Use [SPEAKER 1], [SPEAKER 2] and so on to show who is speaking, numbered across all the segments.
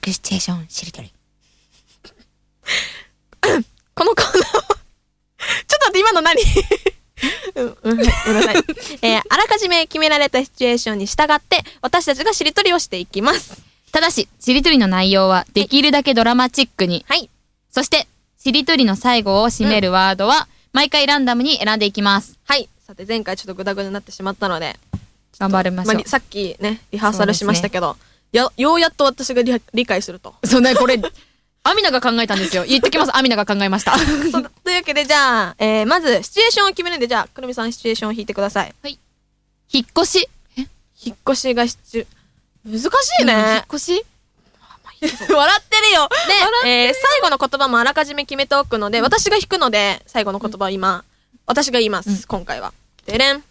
[SPEAKER 1] クシチュエーションしりとり。
[SPEAKER 2] このコーナーはちょっと待って、今の何うん、うん、ごめんなさい。えーあらかじめ決められたシチュエーションに従って、私たちがしりとりをしていきます。
[SPEAKER 1] ただし、しりとりの内容はできるだけドラマチックに。
[SPEAKER 2] はい。
[SPEAKER 1] そして、しりとりの最後を締めるワードは、毎回ランダムに選んでいきます。
[SPEAKER 2] はい。さて、前回ちょっとグダグダになってしまったので、
[SPEAKER 1] 頑張りましょ
[SPEAKER 2] ま
[SPEAKER 1] う。
[SPEAKER 2] あ、さっきね、リハーサルしましたけど、やようやっと私が理理解す ると。
[SPEAKER 1] そうね、これ、 アミナが考えたんですよ。言っときます。アミナが考えました。
[SPEAKER 2] そうというわけで、じゃあ、えーまず、シチュエーションを決めるんで、じゃあ、くるみさんシチュエーションを引いてください。
[SPEAKER 1] 引っ越し。
[SPEAKER 2] 引っ越しがシチュ、難しいね。
[SPEAKER 1] うん引っ越し
[SPEAKER 2] 笑ってるよで、えー最後の言葉もあらかじめ決めておくので、私が引くので、最後の言葉を今、私が言います、
[SPEAKER 1] うん
[SPEAKER 2] 今回は。でれん。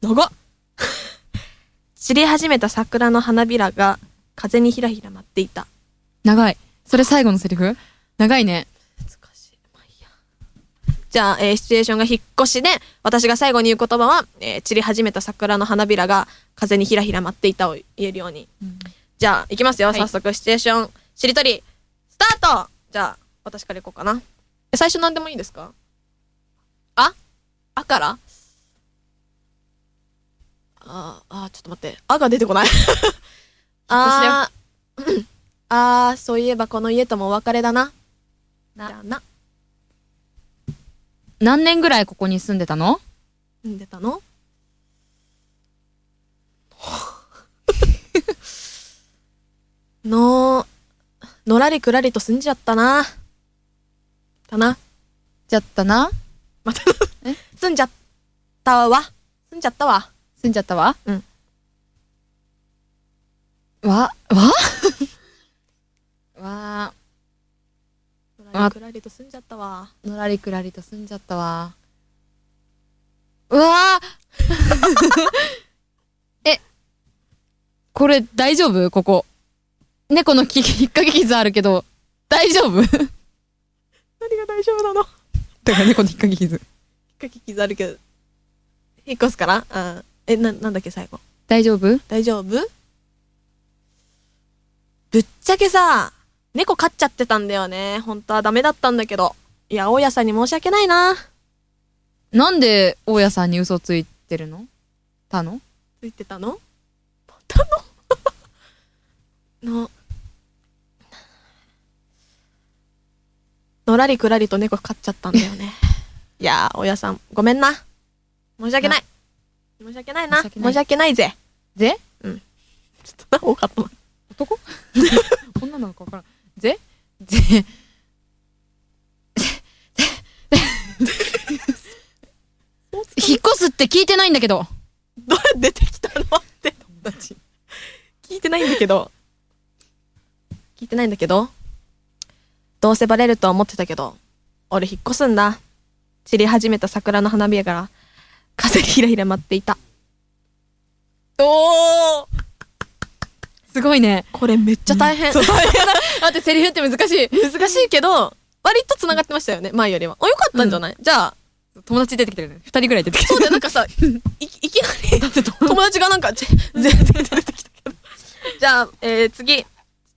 [SPEAKER 2] 長っ散り始めた桜の花びらが、風にひらひら舞っていた。
[SPEAKER 1] 長い。それ最後のセリフ長いね。
[SPEAKER 2] 難しい。まあいいや。じゃあ、えーシチュエーションが引っ越しで、私が最後に言う言葉は、えー散り始めた桜の花びらが、風にひらひら舞っていたを言えるように。じゃあ、いきますよ。
[SPEAKER 1] い
[SPEAKER 2] 早速、シチュエーション、しりとり、スタートじゃあ、私からいこうかな。え最初何でもいいですかああからあ、あ、ちょっと待って。あが出てこない。 あー、あー、そういえばこの家ともお別れだな。
[SPEAKER 1] な
[SPEAKER 2] だな。
[SPEAKER 1] 何年ぐらいここに住んでたの
[SPEAKER 2] 住んでたの ののらりくらりと住んじゃったな。だな。
[SPEAKER 1] ちゃったな。
[SPEAKER 2] 住んじゃったわ。住んじゃったわ。
[SPEAKER 1] 住んじゃったわ。
[SPEAKER 2] うん。
[SPEAKER 1] わ、わ わ
[SPEAKER 2] のらりくらりと住んじゃったわ。
[SPEAKER 1] ー、のらりくらりと住んじゃったわ。うわー え、これ大丈夫ここ。猫のき引っ掛け傷あるけど、大丈夫だか
[SPEAKER 2] 何が大丈夫なの引っ
[SPEAKER 1] ら猫の引っ掛け傷。
[SPEAKER 2] かき傷あるけど。引っ越すからうん。え、な、なんだっけ最後。
[SPEAKER 1] 大丈夫
[SPEAKER 2] 大丈夫ぶっちゃけさ、猫飼っちゃってたんだよね。本当はダメだったんだけど。いや、大家さんに申し訳ないな。
[SPEAKER 1] なんで大家さんに嘘ついてるのたの
[SPEAKER 2] ついてたのた のの、のらりくらりと猫飼っちゃったんだ よね。いやー、親さん、ごめんな。申し訳ない。申し訳ないな。
[SPEAKER 1] 申し
[SPEAKER 2] 申
[SPEAKER 1] 訳ない
[SPEAKER 2] し訳ないぜ。
[SPEAKER 1] ぜ
[SPEAKER 2] ちょっとな、多か ったな。
[SPEAKER 1] 男女なのかわからん。ぜぜ引っ越すって聞いてないんだけど
[SPEAKER 2] どれ 出てきたのって。聞いてないんだけど。聞いてないんだけど。どうせバレるとは思ってたけど、俺引っ越すんだ。散り始めた桜の花びらから、風にひらひら舞っていた。おー
[SPEAKER 1] すごいね。
[SPEAKER 2] これめっちゃ大変。
[SPEAKER 1] そう大変だ。待って、セリフって難しい。
[SPEAKER 2] 難しいけど、割と繋がってましたよね、前よりは。お、よかったんじゃない、じゃあ、
[SPEAKER 1] 友達出てきてるね。二人ぐらい出てきて
[SPEAKER 2] そう
[SPEAKER 1] る。
[SPEAKER 2] だよ、なんかさ、いいきなり、友達がなんか、ぜ全然出てきたけど。じゃあ、えー、次。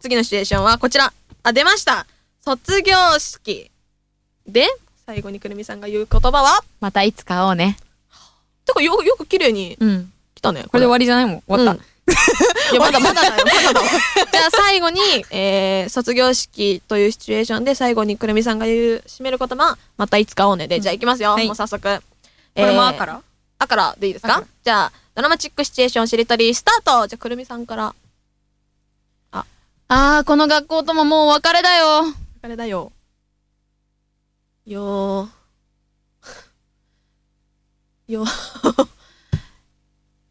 [SPEAKER 2] 次のシチュエーションはこちら。あ、出ました。卒業式。で、最後にくるみさんが言う言葉は
[SPEAKER 1] またいつか会おうね。
[SPEAKER 2] てか、よ、よく綺麗に
[SPEAKER 1] うん。
[SPEAKER 2] 来たね。
[SPEAKER 1] これで終
[SPEAKER 2] わ
[SPEAKER 1] わりじゃないもん。終わった。
[SPEAKER 2] いや、まだまだだよ、まだだわじゃあ最後に、えー、卒業式というシチュエーションで最後にくるみさんが言う、締める言葉は、またいつか会おうねで。じゃあ行きますよ。
[SPEAKER 1] はい
[SPEAKER 2] もう早速。こ
[SPEAKER 1] ら、
[SPEAKER 2] あからでいいです
[SPEAKER 1] あか
[SPEAKER 2] からじゃあ、ドラマチックシチュエーションしりとりスタートじゃあ、くるみさんから。
[SPEAKER 1] あー、この学校とももうお別れだよ。
[SPEAKER 2] あれだよ。よー。 よー。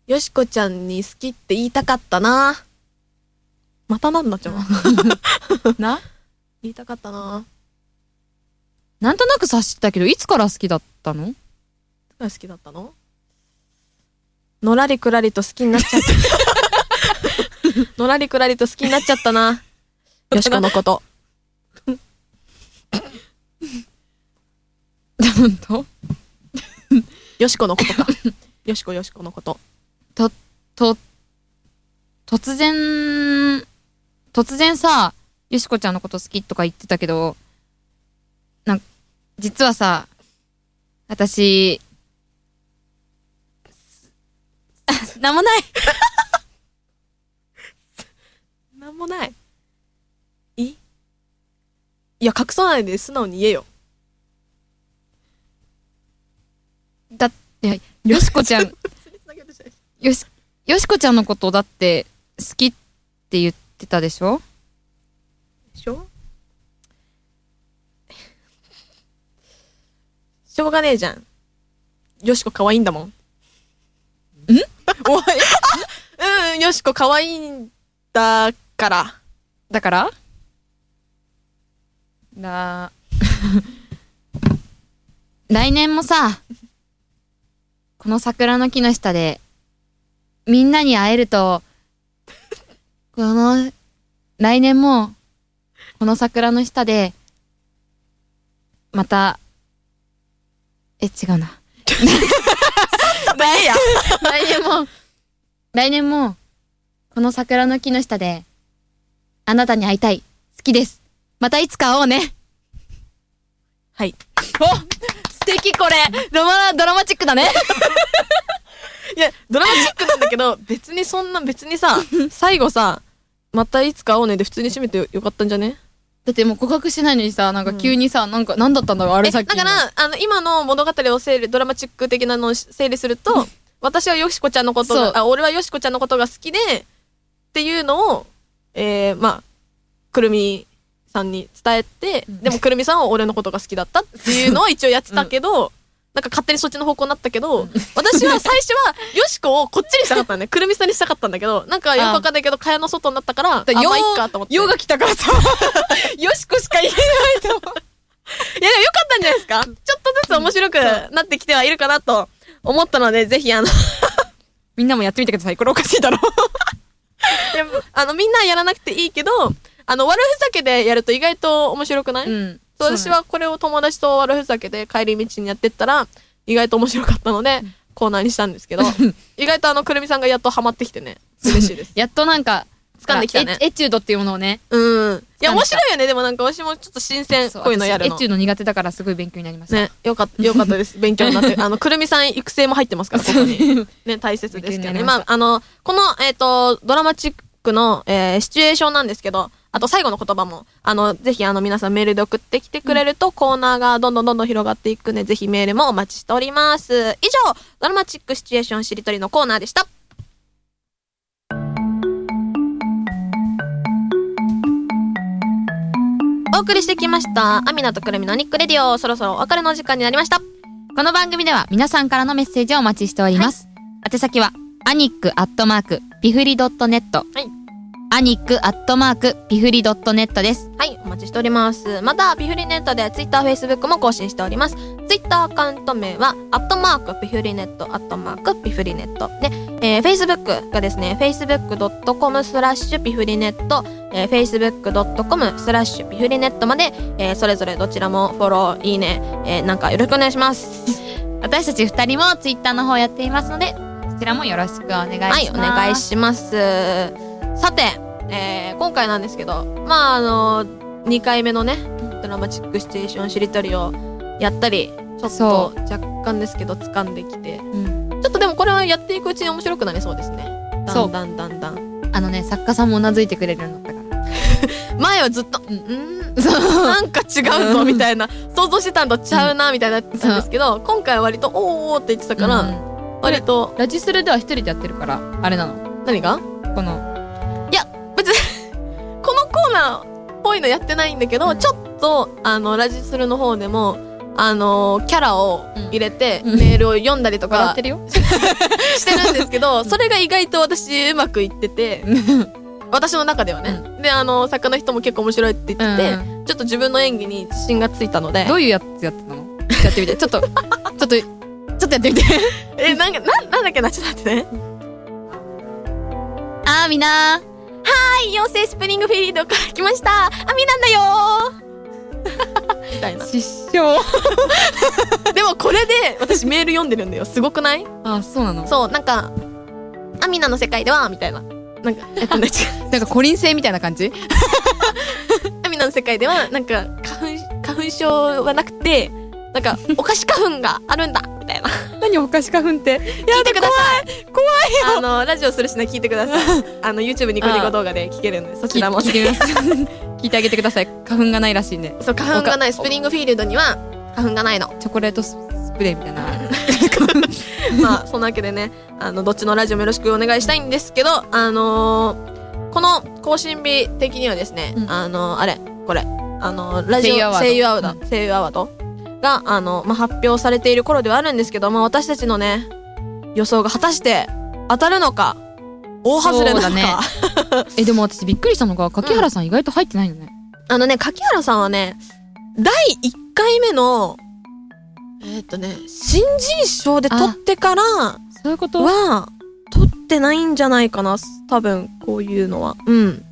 [SPEAKER 2] よしこちゃんに好きって言いたかったな。またなんだっちゃう。
[SPEAKER 1] な
[SPEAKER 2] 言いたかったな。
[SPEAKER 1] なんとなく察したけど、いつから好きだった の
[SPEAKER 2] 好きだったののらりくらりと好きになっち ゃった。のらりくらりと好きになっちゃったな。よしこのこと。
[SPEAKER 1] 本当
[SPEAKER 2] よしこのことか。よしこよしこのこと。
[SPEAKER 1] と、突然、突然さ、よしこちゃんのこと好きとか言ってたけど、なん実はさ、 私、あなんもない
[SPEAKER 2] なんもない。いいや、隠さないで素直に言えよ。
[SPEAKER 1] だって、よしこちゃん、よし、よしこちゃんのことだって好きって言ってたでしょ
[SPEAKER 2] しょしょうがねえじゃん。よしこ可愛いんだもん。んおい。うん、よしこ可愛いんだから。
[SPEAKER 1] だからだ、 来年もさ、この桜の木の下で、みんなに会えると、この、来年も、この桜の下で、また、え、違うな。
[SPEAKER 2] えや。
[SPEAKER 1] 来年も、来年も、この桜の木の下で、あなたに会いたい。好きです。またいつか会おうね。
[SPEAKER 2] はい。
[SPEAKER 1] お素敵これロマドラマチックだね。
[SPEAKER 2] いや、ドラマチックなんだけど、別にそんな、別にさ、最後さ、またいつか会おうねで普通に締めてよよかったんじゃね
[SPEAKER 1] だってもう告白しないのにさ、なんか急にさ、なんか何だったんだろうあれ
[SPEAKER 2] え
[SPEAKER 1] さっ
[SPEAKER 2] だ
[SPEAKER 1] き。
[SPEAKER 2] から、あの、今の物語を整理、ドラマチック的なのを整理すると、私はよしこちゃんのこと
[SPEAKER 1] そう
[SPEAKER 2] が、あ、俺はよしこちゃんのことが好きで、っていうのを、えー、まあ、くるみさんに伝えて、
[SPEAKER 1] うん
[SPEAKER 2] でもくるみさんは俺のことが好きだったっていうのは一応やってたけど、なんか勝手にそっちの方向になったけど、私は最初は、よしこをこっちにしたかったんだね。くるみさんにしたかったんだけど、なんかよくわかんないけど、蚊帳の外になったから、
[SPEAKER 1] だ
[SPEAKER 2] あ、
[SPEAKER 1] からよ
[SPEAKER 2] ま
[SPEAKER 1] う
[SPEAKER 2] あ、いっかと思って。
[SPEAKER 1] 用が来たからさ、 よしこしか言えないと思う。
[SPEAKER 2] いや、でもよかったんじゃないですかちょっとずつ面白くなってきてはいるかなと思ったので、ぜひ、あの、
[SPEAKER 1] みんなもやってみてください。これおかしいだろ。
[SPEAKER 2] でも あの、みんなやらなくていいけど、あの、悪ふざけでやると意外と面白くない、
[SPEAKER 1] ん。
[SPEAKER 2] そう私はこれを友達と悪ふざけで帰り道にやってったら、意外と面白かったので、コーナーにしたん ですけど、意外とあの、くるみさんがやっとハマってきてね、嬉しい です。
[SPEAKER 1] やっとなんか、
[SPEAKER 2] 掴んできたね
[SPEAKER 1] エエチュードっていうものをね。
[SPEAKER 2] うん。い
[SPEAKER 1] 疲れた
[SPEAKER 2] や、面白いよね。でもなんか、私もちょっと新鮮、
[SPEAKER 1] そ
[SPEAKER 2] こういうのやる
[SPEAKER 1] 私
[SPEAKER 2] の
[SPEAKER 1] エチ。ュード苦手だからすごい勉強になりました。
[SPEAKER 2] ね、よかった、よかったです。勉強にな って。あの、くるみさん育成も入ってますから、ここ に。ね、大切ですけどね。
[SPEAKER 1] 勉強になりま
[SPEAKER 2] ま
[SPEAKER 1] した
[SPEAKER 2] あ、あの、この、えっ、と、ドラマチックの、えーシチュエーションなんですけど、あと最後の言葉も、あの、ぜひあの皆さんメールで送ってきてくれると、コーナーがどんどんどんどん広がっていくんで、ぜひメールもお待ちしております。以上、ドラマチックシチュエーションしりとりのコーナーでした。お送りしてきました。アミナとくるみのニックレディオ、そろそろお別れの時間になりました。
[SPEAKER 1] この番組では皆さんからのメッセージをお待ちしております。宛先は、アニックアットマーク、ピフリドットネット。
[SPEAKER 2] はい
[SPEAKER 1] アニックアットマーク、ピフリドットネットです。
[SPEAKER 2] はい、お待ちしております。また、ピフリネットでツイッター、フェイスブックも更新しております。ツイッターアカウント名は、アットマーク、ピフリネット、アットマーク、ピフリネット。で、えー、フェイスブックがですね、facebook.com スラッシュピフリネット、えー、facebook.com スラッシュピフリネットまで、えー、それぞれどちらもフォロー、いいね、えー、なんかよろしくお願いします。
[SPEAKER 1] 私たち二人もツイッターの方やっていますので、そちらもよろしくお願いします。
[SPEAKER 2] はい、お願いします。さて、えー今回なんですけど、まあ、あの、2回目のね、ドラマチックシチュエーションしりとりをやったり、ちょっと
[SPEAKER 1] そ
[SPEAKER 2] 若干ですけど掴んできて、ち
[SPEAKER 1] うん
[SPEAKER 2] ょっとでもこれはやっていくうちに面白くなりそうですね。だ
[SPEAKER 1] そ
[SPEAKER 2] ん
[SPEAKER 1] う
[SPEAKER 2] だんだんだん。
[SPEAKER 1] あのね、作家さんもうなずいてくれるんだから。
[SPEAKER 2] 前はずっと、うん、うんなんか違うぞ
[SPEAKER 1] うん
[SPEAKER 2] みたいな、想像してたんとちゃうなみたいになってたんですけど、今回は割と、おーおーって言ってたから、
[SPEAKER 1] うん
[SPEAKER 2] 割と、
[SPEAKER 1] ラジスルでは一人でやってるから、あれなの。
[SPEAKER 2] 何が
[SPEAKER 1] この、
[SPEAKER 2] 別にこのコーナーっぽいのやってないんだけど、
[SPEAKER 1] うん
[SPEAKER 2] ちょっとあのラジスルの方でもあのキャラを入れて、
[SPEAKER 1] うん
[SPEAKER 2] メールを読んだりと
[SPEAKER 1] 笑っ
[SPEAKER 2] か
[SPEAKER 1] てるよ。
[SPEAKER 2] してるんですけ ど、
[SPEAKER 1] ん
[SPEAKER 2] それが意外と私うまくいって て、私の中ではね、であの作家の人も結構面白いって言ってて、
[SPEAKER 1] う
[SPEAKER 2] ちょっと自分の演技に自信がついたので
[SPEAKER 1] どういうやつやってたのやってみて。ちょっと、ちょっと、ちょっとやってみて。
[SPEAKER 2] えなんかなんなんだっけなちょっと待ってね
[SPEAKER 1] あーみなー。
[SPEAKER 2] はい妖精スプリングフィールドから来ましたあみなんだよー みたいな
[SPEAKER 1] 失笑。
[SPEAKER 2] でもこれで私メール読んでるんだよすごくない
[SPEAKER 1] あ、そうなの
[SPEAKER 2] そう、なんか、ア ミナの世界では、みたいな。なんか、えっとね、違
[SPEAKER 1] なんか、コリン性みたいな感じ
[SPEAKER 2] の世界ではなんか花粉花粉症はなくてなんかお菓子花粉があるんだみた いな
[SPEAKER 3] 何お菓子花粉って。
[SPEAKER 2] 聞いてください怖いよあのラジオするしな聞いてくだ さいあの YouTube ニコニコ動画で聞けるんでそちらも
[SPEAKER 3] 聞いてみます。 聞いてあげてください。花粉がないらしいんで。
[SPEAKER 2] そう花粉がないスプリングフィールドには花粉がないの
[SPEAKER 3] チョコレートスプレーみたいな。
[SPEAKER 2] まあそんなわけでねあのどっちのラジオもよろしくお願いしたいんですけどあのーこの更新日的にはですね、
[SPEAKER 3] うん
[SPEAKER 2] あのーあれこれあのーラジオ
[SPEAKER 3] 声優アワード
[SPEAKER 2] 声優アワード、声優アワードがあの、まあ、発表されている頃ではあるんですけど、まあ、私たちのね予想が果たして当たるのか大外れなの
[SPEAKER 1] そ
[SPEAKER 2] か、
[SPEAKER 1] うだねえ、でも私びっくりしたのが、柿原さん意外と入ってないのね。
[SPEAKER 2] あのね柿原さんはね第1回目のえーっとね新人賞で取ってから
[SPEAKER 1] そういうこと
[SPEAKER 2] は撮ってないんじゃないかな多分こういうのはうん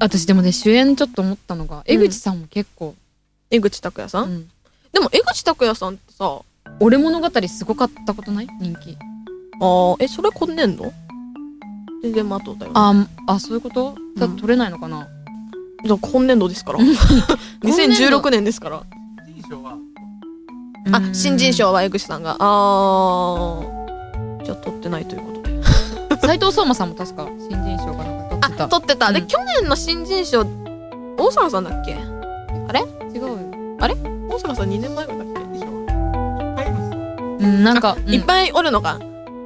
[SPEAKER 1] 私でもね、主演ちょっと思ったのが、江口さんも結構、
[SPEAKER 2] 江口拓也さん、
[SPEAKER 1] うん
[SPEAKER 2] でも江口拓也さんってさ
[SPEAKER 1] 俺物語すごかったことない人気。
[SPEAKER 2] あーえそれこんねんの全然まとうだよね
[SPEAKER 1] あー、あ、そういうことだ
[SPEAKER 2] うん
[SPEAKER 1] 取れないのかな
[SPEAKER 2] だから今年度です から
[SPEAKER 1] 今年度
[SPEAKER 2] 2016年ですから
[SPEAKER 4] 新人賞は
[SPEAKER 2] あ
[SPEAKER 1] うん
[SPEAKER 2] 新人賞は江口さんがあーじゃあ撮ってないということで
[SPEAKER 1] 斉藤壮馬さんも確か新人賞かなんか取って
[SPEAKER 2] あ撮ってた、で
[SPEAKER 1] うん
[SPEAKER 2] 去年の新人賞大坂さんだっけ
[SPEAKER 1] た。違うよ。
[SPEAKER 2] 大坂さん2年前ぐらいだっ
[SPEAKER 4] 新人賞はいっぱいいます
[SPEAKER 1] うん、なんか、
[SPEAKER 2] け、いっ
[SPEAKER 1] い。
[SPEAKER 2] ぱいおるのか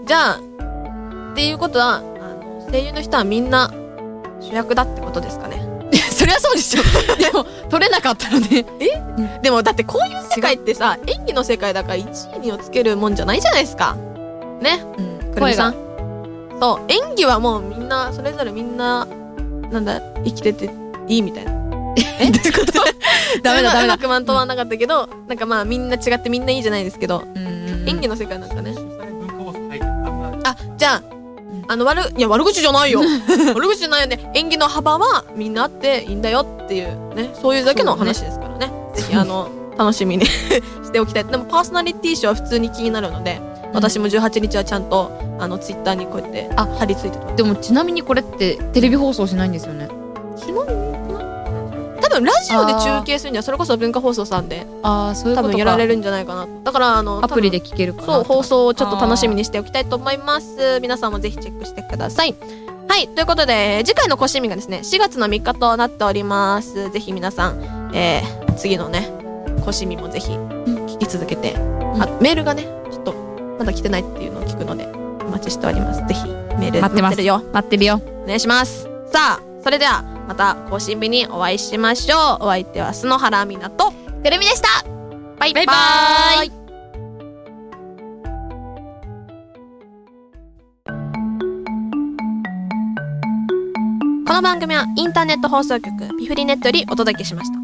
[SPEAKER 2] じゃあっていうことはあの声優の人はみんな主役だってことですかね
[SPEAKER 1] そりゃそうでしょ。でも、取れなかったので。
[SPEAKER 2] でもだってこういう世界ってさ演技の世界だから1位にをつけるもんじゃないじゃないですかね
[SPEAKER 1] うん
[SPEAKER 2] くるみさん。そう演技はもうみんなそれぞれみんななんだ生きてていいみたいなえ どういうこと
[SPEAKER 1] ダメだダメだ
[SPEAKER 2] うまくまとまんなかったけど、なんかまあみんな違ってみんないいじゃないですけど、
[SPEAKER 1] うん
[SPEAKER 2] 演技の世界なんかね
[SPEAKER 4] 出産文化放送入ってあんま
[SPEAKER 2] あじゃああの悪いや悪口じ ゃないよ悪口じゃないよね演技の幅はみんなあっていいんだよっていうねそういうだけの話ですからねぜひあの楽しみに しておきたいでもパーソナリティ賞は普通に気になるので、私も18日はちゃんとあのツイッターにこうやって
[SPEAKER 1] あ
[SPEAKER 2] 貼り付いてた
[SPEAKER 1] でもちなみにこれってテレビ放送しないんですよね。
[SPEAKER 2] 多分ラジオで中継するにはそれこそ文化放送さんで
[SPEAKER 1] ああ、そういう
[SPEAKER 2] 多
[SPEAKER 1] こと
[SPEAKER 2] 分
[SPEAKER 1] か。
[SPEAKER 2] やられるんじゃないかなだからあの
[SPEAKER 1] アプリ
[SPEAKER 2] 多分
[SPEAKER 1] で聞けるかな。
[SPEAKER 2] そう放送をちょっと楽しみにしておきたいと思います皆さんもぜひチェックしてくださいはいということで次回の更新日がですね4月の3日となっておりますぜひ皆さん、えー次のね更新日もぜひ聞き続けて、あメールがねちょっとまだ来てないっていうのを聞くのでお待ちしておりますぜひメール
[SPEAKER 1] 待ってます
[SPEAKER 2] るよ
[SPEAKER 1] 待ってるよ。
[SPEAKER 2] お願いしますさあそれではまた更新日にお会いしましょうお相手は篠原みなと
[SPEAKER 1] くるみでした
[SPEAKER 2] バイ
[SPEAKER 1] バ
[SPEAKER 2] バイ
[SPEAKER 1] イバーイ
[SPEAKER 2] この番組はインターネット放送局ピフリネットよりお届けしました